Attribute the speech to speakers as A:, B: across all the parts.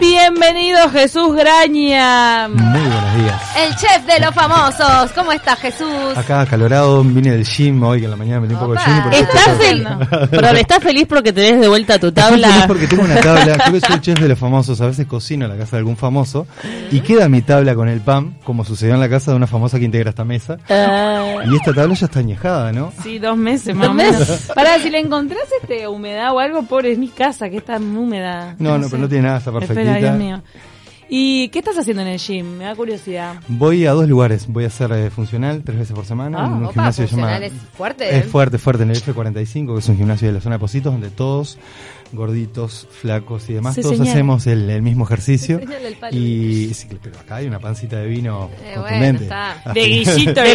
A: Bienvenido Jesús Graña,
B: Muy buenos días.
C: El chef de los famosos. ¿Cómo está Jesús?
B: Acá acalorado, vine del gym hoy que en la mañana metí un poco el
C: Opa.
B: gym. y por eso
A: ¿Estás,
B: estoy-
C: Estoy
A: fel- Perdón, ¿Estás feliz porque tenés de vuelta tu
B: Estoy
A: tabla?
B: feliz porque tengo una tabla, creo que soy el chef de los famosos, a veces cocino en la casa de algún famoso y queda mi tabla con el pan, como sucedió en la casa de una famosa que integra esta mesa.
A: Ah,
B: Y esta tabla ya está añejada, ¿no?
A: sí, dos meses más o menos. Para, si le encontrás este, humedad o algo, pobre, es mi casa que está húmeda.
B: No, no, pero no tiene nada, está
A: Espera, Dios
B: perfectita.
A: mío. ¿Y qué estás haciendo en el gym? Me da curiosidad.
B: Voy a dos lugares, voy a ser eh, funcional tres veces por semana
A: Ah,
B: en un
C: opa,
B: gimnasio que se llama...
C: funcional es fuerte, ¿eh?
B: Es fuerte, fuerte, en el F45, que es un gimnasio de la zona de Positos, donde todos, gorditos, flacos y demás,
A: Sí,
B: todos
A: señor.
B: hacemos el, el mismo ejercicio.
C: Señala el palo.
B: Y sí, pero acá hay una pancita de vino
C: Eh,
B: contundente.
C: bueno, está.
B: Así.
A: de
B: pancito,
A: pancito,
B: de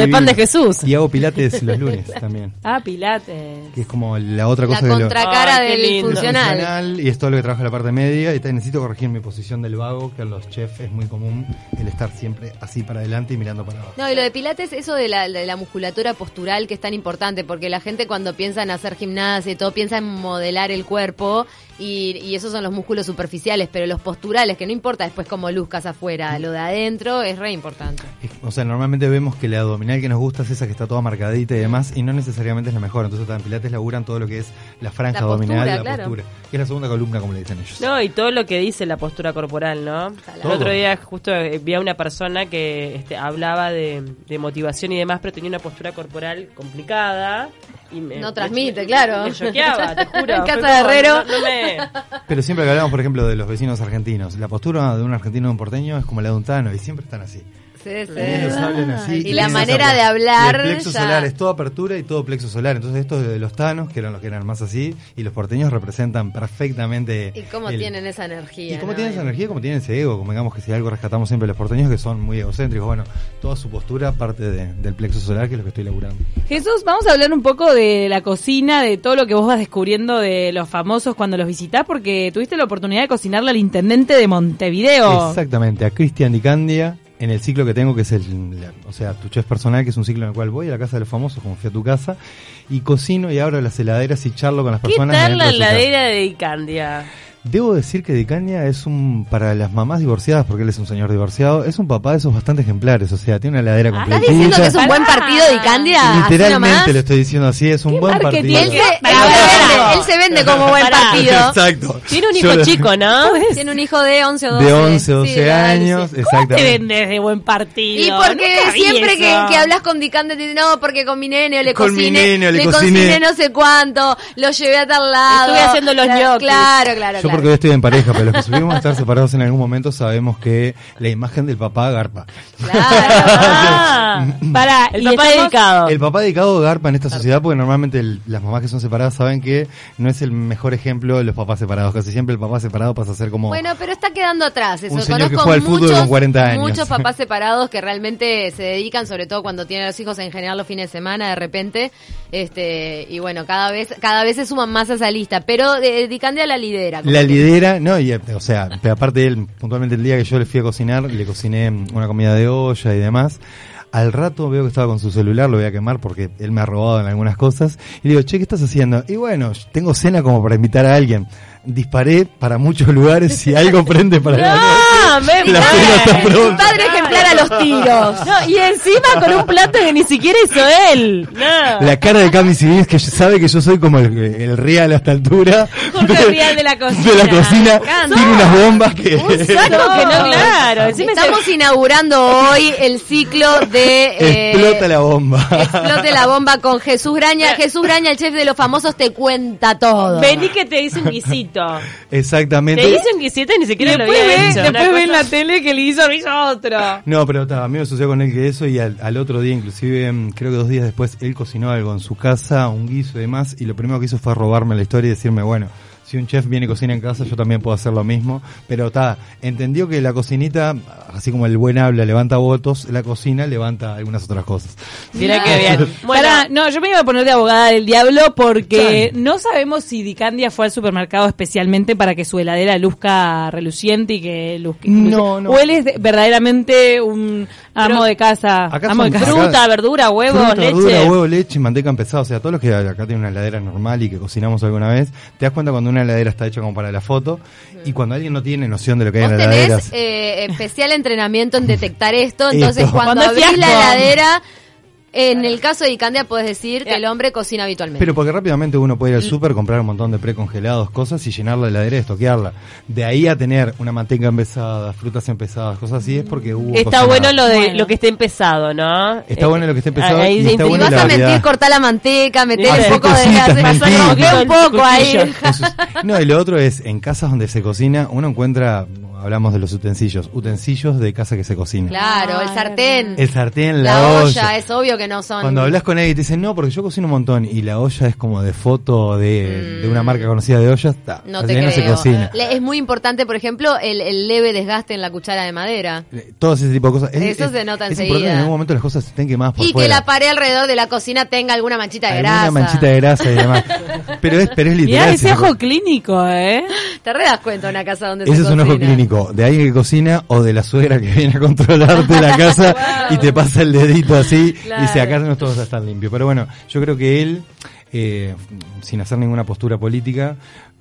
A: de pan de
B: vino.
A: Jesús.
B: Y hago pilates los lunes también,
A: Ah, pilates.
B: que es como la otra
C: La
B: cosa de lo-
C: contracara
A: Ay, qué
C: del
A: lindo.
C: funcional.
B: funcional, Y es todo lo que trabaja la parte media. Y también necesito corregir mi posición del vago, que a los chefs es muy común el estar siempre así para adelante y mirando para abajo.
C: No, y lo de Pilates, eso de la, de la musculatura postural que es tan importante, porque la gente cuando piensa en hacer gimnasia y todo, piensa en modelar el cuerpo y, y esos son los músculos superficiales, pero los posturales, que no importa después cómo luzcas afuera, lo de adentro es re importante.
B: O sea, normalmente vemos que la abdominal que nos gusta es esa que está toda marcadita y demás, y no necesariamente es la mejor. Entonces, en Pilates laburan todo lo que es la franja
C: La postura,
B: abdominal, la
C: claro.
B: postura, que es la segunda columna, como le dicen ellos.
D: No, y todo lo que dice la postura corporal, ¿no? El
B: Todo.
D: otro día justo eh, vi a una persona que este, hablaba de, de motivación y demás, pero tenía una postura corporal complicada. Y me-
C: No
D: me-
C: transmite,
D: me-
C: claro.
D: Me choqueaba, te juro.
C: En
D: Fue
C: casa de
D: como,
C: Herrero.
D: No, no me-
B: Pero siempre que hablamos, por ejemplo, de los vecinos argentinos, la postura de un argentino o un porteño es como la de un tano, y siempre están así.
C: Sí, sí.
B: Ellos hablan así,
C: Y la
B: tienen esa
C: manera de
B: postura.
C: hablar
B: Y el plexo
C: ya-
B: solar es toda apertura y todo plexo solar. Entonces, estos de los tanos, que eran los que eran más así, y los porteños representan perfectamente.
C: Y cómo
B: el-
C: tienen esa energía.
B: ¿Y cómo
C: ¿no?
B: tienen esa energía? ¿Cómo tienen ese ego? Como digamos que si algo rescatamos siempre los porteños, que son muy egocéntricos. Bueno, toda su postura parte de- del plexo solar, que es lo que estoy laburando.
A: Jesús, vamos a hablar un poco de la cocina, de todo lo que vos vas descubriendo de los famosos cuando los visitás, porque tuviste la oportunidad de cocinarle al intendente de Montevideo.
B: Exactamente, a Cristian Dicandia, en el ciclo que tengo, que es el, la- o sea, tu chef personal, que es un ciclo en el cual voy a la casa de los famosos, como fui a tu casa, y cocino y abro las heladeras y charlo con las
D: ¿Qué
B: personas.
D: tal
B: adentro
D: la
B: de su casa.
D: heladera de Icandia?
B: Debo decir que Dicandia es un, para las mamás divorciadas, porque él es un señor divorciado, es un papá de esos bastante ejemplares, o sea, tiene una heladera completa.
C: Ah, ¿Estás diciendo que es un Ah, buen partido de Candia?
B: Literalmente lo estoy diciendo así, es un buen
A: marketing?
B: partido.
C: Él se,
A: Pará,
C: él se
A: pará.
C: vende, él se vende como buen
D: Pará.
C: partido.
B: Exacto.
D: Tiene un
B: Yo
D: hijo
B: lo-
D: chico, ¿no?
C: Tiene un hijo de 11 o 12.
B: De 11,
C: Sí,
B: 12
C: de edad,
B: años,
C: sí.
A: ¿Cómo te
B: exactamente.
A: vendes de buen partido?
C: Y porque
A: No te
C: siempre que,
A: aviso.
C: que hablas con Dicante te dicen, no, porque con mi nene le
B: Con mi
C: cociné,
B: nene le
C: cociné.
B: cociné".
C: no sé cuánto, lo llevé a tal lado.
D: Estuve haciendo los
C: Claro,
D: ñoquis.
C: Claro, claro,
B: Yo
C: claro.
B: porque hoy estoy en pareja, pero los que subimos a estar separados en algún momento sabemos que la imagen del papá garpa.
C: Claro.
D: Ah,
A: Para,
D: el papá dedicado.
B: El papá dedicado garpa en esta sociedad porque normalmente el- las mamás que son separadas saben que no es el mejor ejemplo de los papás separados. Casi siempre el papá separado pasa a ser como...
C: Bueno, pero está quedando atrás eso.
B: Un señor que
C: Conozco
B: juega al fútbol
C: muchos,
B: con 40 años.
C: muchos papás separados que realmente se dedican, sobre todo cuando tienen a los hijos en general los fines de semana, de repente. este Y bueno, cada vez cada vez se suman más a esa lista. Pero eh, Dicandia la lidera. como
B: La
C: que-
B: lidera, no, y, eh, o sea, pero aparte él, puntualmente el día que yo le fui a cocinar, le cociné mm, una comida de olla y demás. Al rato veo que estaba con su celular, lo voy a quemar porque él me ha robado en algunas cosas. Y le digo, che, ¿qué estás haciendo? Y bueno, tengo cena como para invitar a alguien. Disparé para muchos lugares y algo prende para la noche.
D: Ah, me
B: La
D: muero.
B: cena está
C: Un
B: pronta.
C: padre ejemplar a los tiros.
A: No, y encima con un plato que ni siquiera hizo él.
D: No.
B: La cara de Cami Sibis que sabe que yo soy como el, el real a esta altura.
A: Jorge Rial de la cocina.
B: De la cocina.
A: Canta.
B: Tiene unas bombas que...
A: Un saco que no, claro. Encima se-
C: Estamos inaugurando hoy el ciclo de... eh,
B: Explota la bomba.
A: Eh,
C: Explote la bomba con Jesús Graña. Jesús Graña, el chef de los famosos, te cuenta todo.
D: Vení que te hice un guisito.
B: Exactamente.
D: Te hice un guisito y ni
A: Y
D: siquiera lo
A: después
D: había
A: ven,
D: hecho.
A: después
D: Una
A: ven
D: cosa-
A: la tele que le hizo, le hizo otro.
B: No, pero ta, a mí me sucedió con él que eso y al, al otro día, inclusive, mm, creo que dos días después, él cocinó algo en su casa, un guiso y demás, y lo primero que hizo fue robarme la historia y decirme, bueno, si un chef viene y cocina en casa, yo también puedo hacer lo mismo. Pero ta, entendió que la cocinita, así como el buen habla levanta votos, la cocina levanta algunas otras cosas.
D: Mirá qué bien. Bueno,
A: Pará, no, yo me iba a poner de abogada del diablo porque no sabemos si Dicandia fue al supermercado especialmente para que su heladera luzca reluciente y que luzca.
B: No, no.
A: O él es de- verdaderamente un amo
D: Pero-
A: de casa.
B: Acá
A: Amo de
B: son-
A: casa.
B: acá-
D: fruta, verdura, huevos,
B: Fruta,
D: leche.
B: verdura, huevo, leche, manteca empezada. O sea, todos los que acá tienen una heladera normal y que cocinamos alguna vez, te das cuenta cuando un una heladera está hecha como para la foto. Y cuando alguien no tiene noción de lo que hay en
C: Vos
B: la heladera.
C: tenés eh, especial entrenamiento en detectar
B: Esto.
C: esto, entonces cuando
A: Cuando es
C: abrís
A: fiasco.
C: la heladera, en el caso de Icandia podés decir que el hombre cocina habitualmente.
B: Pero porque rápidamente uno puede ir al súper, comprar un montón de precongelados, cosas y llenar la heladera y estoquearla. De ahí a tener una manteca empezada, frutas empezadas, cosas así, es porque hubo.
D: Está
B: cocinado.
D: bueno lo de
A: Bueno.
D: lo que esté empezado, ¿no?
B: Está bueno lo que esté empezado
D: Ahí
B: y está
D: se
C: si
D: imprime-
B: bueno
C: vas
B: la
C: a mentir,
B: variedad.
C: cortá la manteca, metele
D: Hacer
C: un poco de
B: cositas,
C: gas,
B: mentir.
C: pasarle un poco ahí.
D: Cuchillo.
B: Eso es- No, y lo otro es, en casas donde se cocina, uno encuentra, hablamos de los utensilios, utensillos de casa que se cocina.
C: Claro, el
A: Ay,
C: sartén,
B: El sartén,
C: la,
B: la,
C: olla, es obvio que no son...
B: Cuando hablas con alguien y te dicen, no, porque yo cocino un montón y la olla es como de foto de, de una marca conocida de ollas, ta,
C: Mm. No
B: así
C: te
B: que
C: creo.
B: no se cocina.
C: Le- Es muy importante, por ejemplo, el, el leve desgaste en la cuchara de madera.
B: Eh, Todo ese tipo de cosas. Es-
C: Eso
B: es-
C: se nota
B: es
C: enseguida.
B: importante que en algún momento las cosas estén quemadas por
C: Y que
B: fuera.
C: la pared alrededor de la cocina tenga alguna manchita de
B: Alguna
C: grasa.
B: manchita de grasa y demás. Pero es, pero es literal.
A: Mirá
B: si
A: ese
B: se
A: ojo
B: co-
A: clínico, ¿eh?
C: Te re das cuenta de una casa donde se
B: Ese es un ojo
C: cocina.
B: clínico, de alguien que cocina o de la suegra que viene a controlarte la casa y te pasa el dedito así y dice, acá no todos están limpios. Pero bueno, yo creo que él, eh, sin hacer ninguna postura política,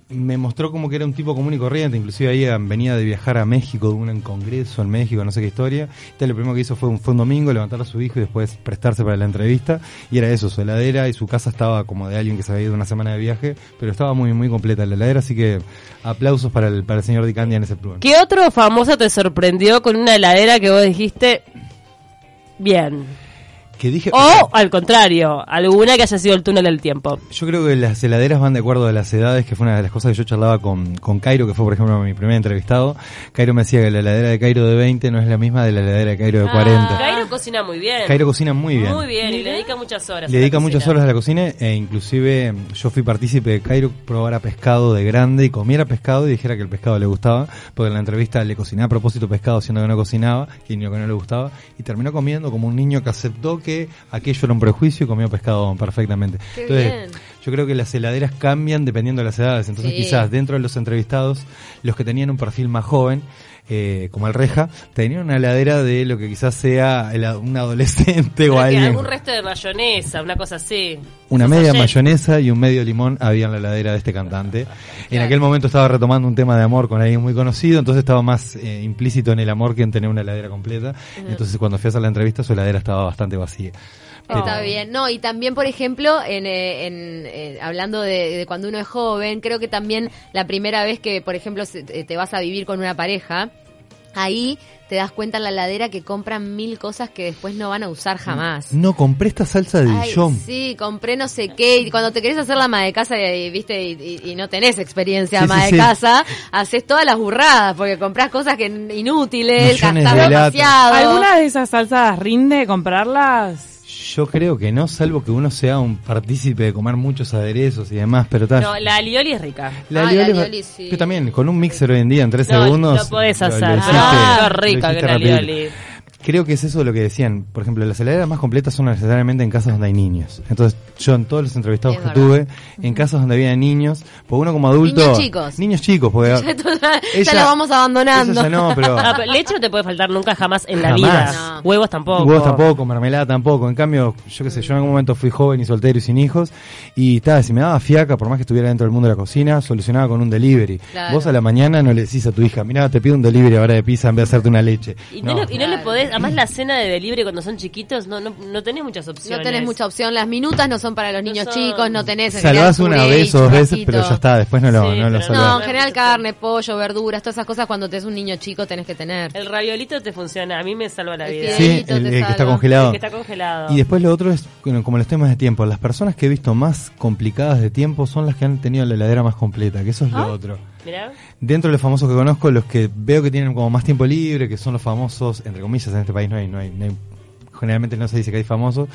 B: me mostró como que era un tipo común y corriente, inclusive ahí eh, venía de viajar a México, de un congreso en México, no sé qué historia. Entonces lo primero que hizo fue un, fue un domingo, levantar a su hijo y después prestarse para la entrevista. Y era eso, su heladera y su casa estaba como de alguien que se había ido una semana de viaje, pero estaba muy, muy completa la heladera, así que aplausos para el, para el señor Dicandia en ese plan.
D: ¿Qué otro famoso te sorprendió con una heladera que vos dijiste bien?
B: Que dije,
D: O al contrario, alguna que haya sido el túnel del tiempo.
B: Yo creo que las heladeras van de acuerdo a las edades, que fue una de las cosas que yo charlaba con, con Cairo, que fue por ejemplo mi primer entrevistado. Cairo me decía que la heladera de Cairo de 20 no es la misma de la heladera de Cairo de 40.
D: Cairo cocina muy Ah, bien.
B: Cairo cocina muy bien.
D: Muy bien, y le dedica muchas horas.
B: Le
D: a la
B: dedica
D: cocina.
B: muchas horas a la cocina e inclusive mm, yo fui partícipe de Cairo probara pescado de grande y comiera pescado y dijera que el pescado le gustaba, porque en la entrevista le cocinaba a propósito pescado siendo que no cocinaba, que ni que no le gustaba, y terminó comiendo como un niño que aceptó que aquello era un prejuicio y comió pescado perfectamente.
C: Qué bien.
B: yo creo que las heladeras cambian dependiendo de las edades, entonces
C: Sí.
B: quizás dentro de los entrevistados, los que tenían un perfil más joven, eh, como el Reja, tenían una heladera de lo que quizás sea el- un adolescente o
D: Creo que
B: alguien
D: algún resto de mayonesa, una cosa así.
B: una
D: Sos
B: media
D: ayer.
B: mayonesa y un medio limón había en la heladera de este cantante. En aquel momento estaba retomando un tema de amor con alguien muy conocido, entonces estaba más eh, implícito en el amor que en tener una heladera completa. Entonces cuando fui a hacer la entrevista su heladera estaba bastante vacía.
D: Oh.
C: Está bien. No, y también, por ejemplo, en, eh, en, eh, hablando de, de cuando uno es joven, creo que también la primera vez que, por ejemplo, se- te te vas a vivir con una pareja, ahí te das cuenta en la ladera que compran mil cosas que después no van a usar jamás.
B: No, compré esta salsa de
C: Ay,
B: Dijon.
C: sí, compré no sé qué. Y cuando te querés hacer la ama de casa y, y, viste y, y- y no tenés experiencia
B: Sí,
C: ama
B: sí,
C: de
B: sí.
C: casa, haces todas las burradas porque comprás cosas que n- inútiles,
B: Millones de
C: gastás
B: latas.
C: demasiado.
A: ¿Alguna de esas salsas rinde comprarlas?
B: Yo creo que no, salvo que uno sea un partícipe de comer muchos aderezos y demás, pero tal.
D: No, la alioli es rica.
B: La
C: Ah, la
B: alioli-
C: alioli, sí.
B: Que también, con un mixer hoy en día en tres
D: No,
B: segundos.
D: lo podés hacer, pero
B: hiciste-
D: ah,
B: lo
D: qué rica
B: hiciste
D: que la
B: rapidito.
D: alioli.
B: Creo que es eso lo que decían. Por ejemplo, las heladeras más completas son necesariamente en casas donde hay niños. Entonces, yo en todos los entrevistados
C: Es
B: que
C: verdad.
B: tuve, en casas donde había niños, porque uno como adulto.
C: Niños chicos.
B: Niños chicos, porque.
C: ya la vamos
B: ella
C: abandonando.
B: ya no, pero.
D: Ah, pero leche no te puede faltar nunca jamás en la
B: Jamás.
D: vida.
C: No.
D: Huevos tampoco.
B: Huevos tampoco, mermelada tampoco. En cambio, yo qué sé, yo en algún momento fui joven y soltero y sin hijos. Y tal, si me daba fiaca, por más que estuviera dentro del mundo de la cocina, solucionaba con un delivery.
C: Claro.
B: Vos a la mañana no le decís a tu hija, mirá, te pido un delivery ahora de pizza en vez de hacerte una leche.
D: Y no, le, y no le podés, además la cena de delivery cuando son chiquitos no, no, no tenés muchas opciones.
C: No tenés mucha opción, las minutas no son para los niños
D: son-
C: chicos, no tenés... en general
B: Salvás una
C: puré y
B: vez o dos veces,
C: churrasquito.
B: pero ya está, después no lo,
D: Sí,
B: no lo
D: pero
B: salvás.
C: No, en general carne, pollo, verduras, todas esas cosas cuando te es un niño chico tenés que tener.
D: El raviolito te funciona, a mí me salva la
C: El
D: vida.
C: fideíto.
B: Sí,
C: Fidelito
B: el,
C: te
B: el que está
C: salva.
B: congelado.
D: El que está congelado.
B: Y después lo otro es, bueno, como los temas de tiempo, las personas que he visto más complicadas de tiempo son las que han tenido la heladera más completa, que eso es lo otro.
D: Mirá.
B: Dentro de los famosos que conozco, los que veo que tienen como más tiempo libre, que son los famosos, entre comillas, en este país no hay, no hay, no hay- generalmente no se dice que hay famosos.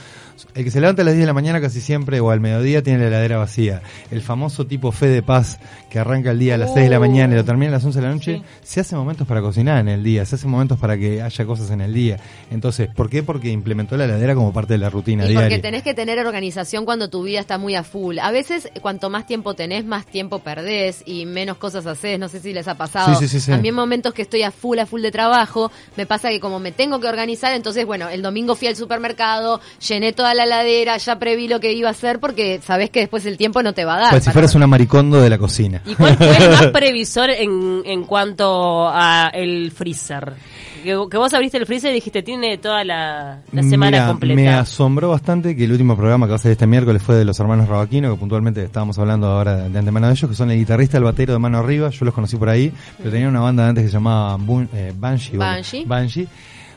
B: El que se levanta a las 10 de la mañana casi siempre o al mediodía tiene la heladera vacía. El famoso tipo fe de paz que arranca el día a las 6 de
C: Uh.
B: la mañana y lo termina a las 11 de la noche, se hace momentos para cocinar en el día, se hace momentos para que haya cosas en el día. Entonces, ¿por qué? Porque implementó la heladera como parte de la rutina
C: Y porque
B: diaria.
C: tenés que tener organización cuando tu vida está muy a full. A veces, cuanto más tiempo tenés, más tiempo perdés y menos cosas haces. No sé si les ha pasado.
B: Sí, sí, sí, sí.
C: A mí en momentos que estoy a full, a full de trabajo, me pasa que como me tengo que organizar, entonces, bueno, el domingo domingo fui al supermercado, llené toda la ladera, ya preví lo que iba a hacer porque sabes que después el tiempo no te va a dar.
B: Pues si
C: para-
B: fueras una maricondo de la cocina.
D: ¿Y cuál fue el más previsor en, en cuanto a el freezer? Que, que vos abriste el freezer y dijiste, tiene toda la, la semana
B: Mira,
D: completa.
B: Me asombró bastante que el último programa que va a ser este miércoles fue de los hermanos Rabaquino, que puntualmente estábamos hablando ahora de, de antemano de ellos, que son el guitarrista, el batero de mano arriba, yo los conocí por ahí, pero tenían una banda antes que se llamaba Bun- eh, Banshee. bueno,
C: Banshee.
B: Banshee.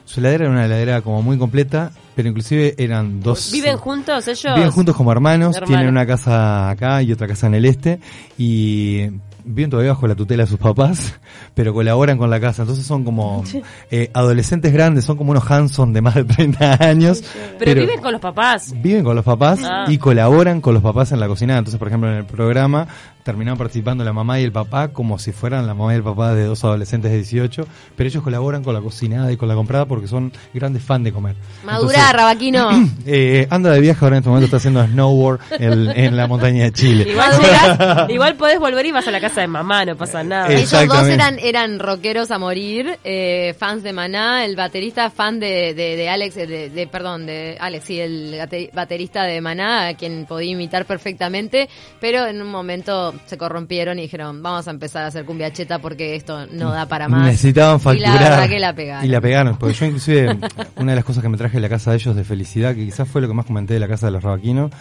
B: Su ladera era una ladera como muy completa, pero inclusive eran dos...
D: ¿Viven juntos ellos?
B: Viven juntos como hermanos,
D: Hermanos.
B: tienen una casa acá y otra casa en el este y viven todavía bajo la tutela de sus papás, pero colaboran con la casa. Entonces son como eh, adolescentes grandes, son como unos Hanson de más de 30 años.
D: Pero, viven con los papás.
B: viven con los papás
D: Ah.
B: y colaboran con los papás en la cocina. Entonces, por ejemplo, en el programa terminaban participando la mamá y el papá como si fueran la mamá y el papá de dos adolescentes de 18, pero ellos colaboran con la cocinada y con la comprada porque son grandes fan de comer.
C: Madurá,
B: Entonces,
C: Rabaquino.
B: eh, anda de viaje ahora en este momento, está haciendo snowboard en, en la montaña de Chile.
D: Igual, llegás- igual podés volver y vas a la casa de mamá, no pasa nada.
B: Eh,
C: Ellos dos
B: Exactamente.
C: eran, eran rockeros a morir, eh, fans de Maná, el baterista fan de, de, de Alex, eh, de, de- perdón, de Alex, sí, el gate- baterista de Maná, a quien podía imitar perfectamente, pero en un momento se corrompieron y dijeron, vamos a empezar a hacer cumbia cheta porque esto no da para más.
B: Necesitaban facturar.
C: Y la verdad que la pegaron.
B: Y la pegaron, porque yo inclusive, una de las cosas que me traje de la casa de ellos de felicidad, que quizás fue lo que más comenté de la casa de los rabaquinos,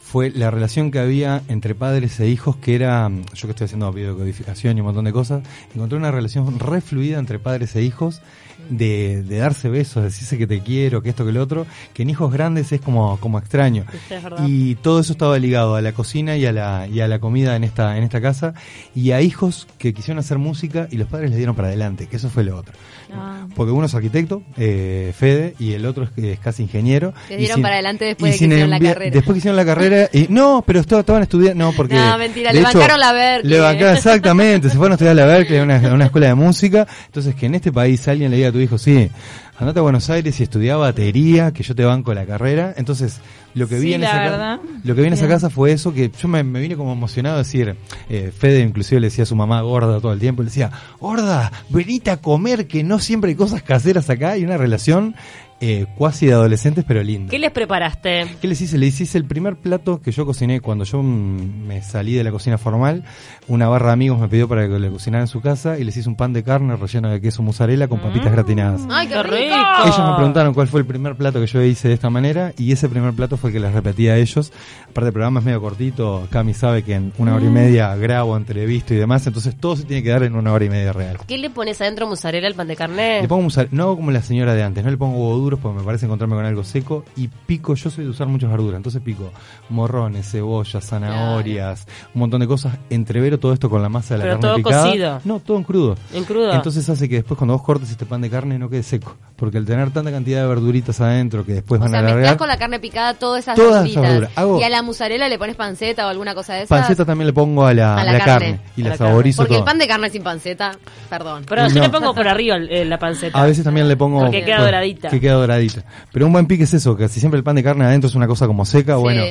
B: fue la relación que había entre padres e hijos, que era, mm, yo que estoy haciendo videocodificación y un montón de cosas, encontré una relación re fluida entre padres e hijos, de, de darse besos, decirse que te quiero, que esto, que lo otro, que en hijos grandes es como, como extraño.
D: Es verdad.
B: Y todo eso estaba ligado a la cocina y a la, y a la comida en esta, en esta casa, y a hijos que quisieron hacer música y los padres les dieron para adelante, que eso fue lo otro.
C: Ah.
B: Porque uno es arquitecto, eh, Fede, y el otro es, es casi ingeniero.
C: Les
B: y
C: dieron para adelante después
B: y
C: de que
B: sin
C: hicieron la
B: envia-
C: carrera.
B: Después que hicieron la carrera, y, no, pero esto- estaban estudiando, no, porque...
C: No, mentira,
B: de
C: le bancaron la Berkeley.
B: Le bancaron, exactamente, se fueron a estudiar a la Berkeley, a una, a una escuela de música. Entonces, que en este país alguien le diga a tu hijo, sí, andate a Buenos Aires y estudia batería, que yo te banco la carrera. Entonces, lo que
A: Sí,
B: vi en
A: la
B: esa
A: verdad.
B: casa... Lo que vi en esa
A: Bien.
B: casa fue eso, que yo me, me vine como emocionado a decir, eh, Fede inclusive le decía a su mamá gorda todo el tiempo, le decía, gorda, venite a comer, que no siempre hay cosas caseras acá, y una relación eh, cuasi de adolescentes, pero linda.
D: ¿Qué les preparaste?
B: ¿Qué les hice? Les hice el primer plato que yo cociné cuando yo mm, me salí de la cocina formal. Una barra de amigos me pidió para que le cocinara en su casa y les hice un pan de carne relleno de queso mozzarella con papitas gratinadas.
C: ¡Ay, qué
D: Qué
C: rico!
D: rico.
B: Ellos me preguntaron cuál fue el primer plato que yo hice de esta manera y ese primer plato fue el que les repetí a ellos. Aparte el programa es medio cortito, Cami sabe que en una hora y media grabo, entrevisto y demás, entonces todo se tiene que dar en una hora y media real.
D: ¿Qué le pones adentro mozzarella al pan de carne?
B: Le pongo musar- no hago como la señora de antes, no le pongo huevos duros porque me parece encontrarme con algo seco y pico, yo soy de usar muchas verduras, entonces pico morrones, cebollas, zanahorias, un montón de cosas, entrevero todo esto con la masa de la
D: Pero
B: carne
D: todo
B: picada.
D: cocido.
B: No, todo en crudo.
D: ¿En crudo?
B: Entonces hace que después cuando vos cortes este pan de carne no quede seco, porque al tener tanta cantidad de verduritas adentro que después
C: O
B: van
C: sea,
B: a
C: mezclas
B: alargar,
C: con la carne picada todas esas
B: Todas esas
C: verduritas.
B: verduras. Hago-
C: Y a la mozzarella le pones panceta o alguna cosa de esas.
B: panceta también le pongo a la,
C: A la
B: la carne.
C: carne.
B: y
D: A
B: la,
D: la carne.
B: saborizo
C: Porque el
B: toda.
C: pan de carne sin panceta, perdón.
D: Pero yo le
B: No. Ah,
D: pongo por arriba el- eh, la panceta.
B: A veces también le pongo.
D: Porque queda
B: bueno,
D: doradita.
B: Que queda doradita. Pero un buen pique es eso, casi siempre el pan de carne adentro es una cosa como seca,
C: Sí.
B: bueno.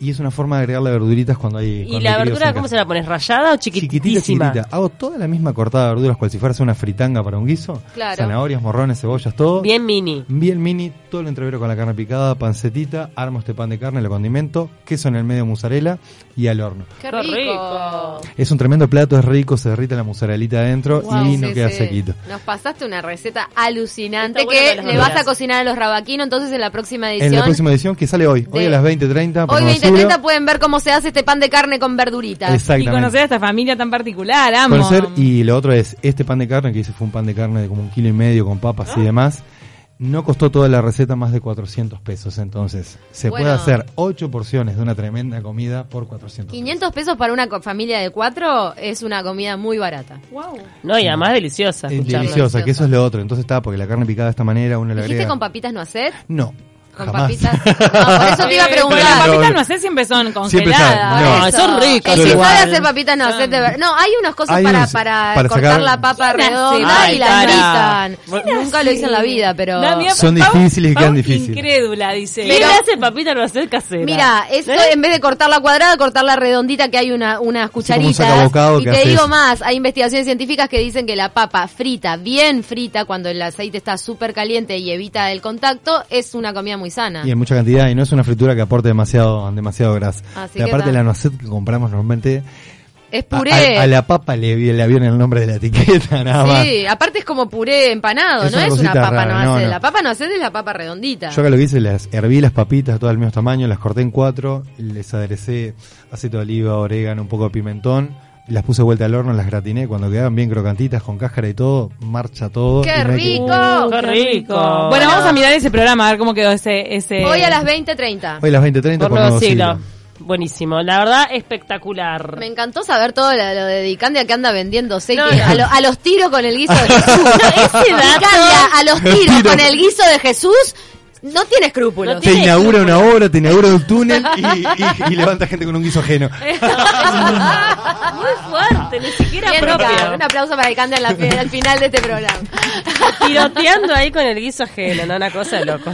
B: Y es una forma de agregarle verduritas cuando hay.
D: ¿Y
B: cuando
D: la
B: hay críos
D: verdura
B: en
D: cómo
B: casa.
D: se la pones? ¿Rallada o chiquitísima?
B: Chiquitita, chiquitita. Hago toda la misma cortada de verduras, cual si fuera una fritanga para un guiso.
C: Claro.
B: Zanahorias, morrones, cebollas, todo.
D: Bien mini.
B: Bien mini, todo el entrevero con la carne picada, pancetita, armo este pan de carne, lo condimento, queso en el medio, mozzarella y al horno.
C: ¡Qué
D: Qué
C: rico!
D: rico.
B: Es un tremendo plato, es rico, se derrita la mozzarellita adentro
C: Guau,
B: y no
C: sí,
B: queda
C: sí.
B: sequito.
C: Nos pasaste una receta alucinante
D: Está bueno
C: que
D: para las
C: le vas
D: verduras.
C: a cocinar a los rabaquinos entonces en la próxima edición.
B: En la próxima edición que sale hoy, hoy
C: de-
B: a las 20.30. por
C: Hoy
B: Novasuro.
C: 2030 pueden ver cómo se hace este pan de carne con verduritas.
A: Y conocer
B: Exactamente.
A: a esta familia tan particular, amo.
B: Conocer, y lo otro es, este pan de carne que hice fue un pan de carne de como un kilo y medio con papas y demás. No costó toda la receta más de 400 pesos, entonces se puede
C: Bueno.
B: hacer ocho porciones de una tremenda comida por 400 pesos.
C: 500 pesos para una co- familia de cuatro es una comida muy barata.
D: No, y además deliciosa.
B: Es
D: escuchame.
B: deliciosa, que eso es lo otro. Entonces está, porque la carne picada de esta manera uno le
C: ¿Dijiste
B: agrega...
C: con papitas no hacer?
B: No,
C: Con
B: Jamás.
C: papitas. No, por eso te iba a
A: Eh, pero las
C: preguntar.
B: No,
A: papitas
B: no.
A: no sé, siempre son
B: Siempre
A: congeladas.
B: saben, no.
A: Por eso. son ricas.
C: El si
A: igual.
C: sabe hacer papita no, sé de ver- No, hay unas cosas
B: Hay
C: para,
B: unos-
C: para,
B: para
C: cortar
B: sacar-
C: la papa
A: ¿Quién hace?
C: redonda
D: Ay,
C: y la
D: cara.
C: fritan. Nunca lo hice en la vida, pero...
A: La mía-
B: Son
A: Pau-
B: difíciles y
A: Pau
B: quedan difíciles.
A: Incrédula, dice.
D: ¿Qué
C: Pero-
D: le hace papita no hacer casera?
C: Mira, esto en vez de cortar la cuadrada, cortar la redondita que hay una, unas
B: ¿Eh? como un
C: cucharitas.
B: sacabocado
C: y
B: que
C: te
B: haces.
C: digo más, hay investigaciones científicas que dicen que la papa frita, bien frita, cuando el aceite está súper caliente y evita el contacto, es una comida muy sana.
B: Y en mucha cantidad, y no es una fritura que aporte demasiado, demasiado grasa. Y
C: Así que
B: aparte
C: tal.
B: la noisette que compramos normalmente,
C: Es
B: a-
C: puré.
B: A, a la papa le, vi- le avión el nombre de la etiqueta, nada más.
C: sí, aparte es como puré empanado,
B: Es
C: no
B: una
C: es una
B: cosita
C: papa
B: rara,
C: no
B: no,
C: hacer.
B: no.
C: La papa no hacer es la papa redondita.
B: Yo acá lo que hice, las herví las papitas todas del mismo tamaño, las corté en cuatro, les aderecé aceite de oliva, orégano, un poco de pimentón, las puse vuelta al horno, las gratiné, cuando quedaban bien crocantitas, con cáscara y todo, marcha todo. y
C: ¡Qué
B: no hay que-
C: rico!
A: Uh,
D: Qué rico.
A: Bueno, vamos a mirar ese programa, a ver cómo quedó ese... ese...
C: Hoy a las 20.30.
B: Hoy las 20.30 por,
D: por nuevo siglo.
B: siglo.
D: Buenísimo, la verdad espectacular.
C: Me encantó saber todo lo, lo de Dicandia que anda vendiendo aceite
D: No, no.
C: A, lo- a los tiros con el guiso de Jesús. Dicandia, a los tiros con el guiso de Jesús no tiene escrúpulos.
D: No
B: Te
D: tiene-
B: inaugura una obra, te inaugura un túnel y, y- y levanta gente con un guiso ajeno.
D: Muy fuerte, ni siquiera
C: Bien, Dicandia.
D: propio.
C: Un aplauso para Dicandia en la- al final de este programa.
D: Tiroteando ahí con el guiso ajeno, ¿no? Una cosa de loco.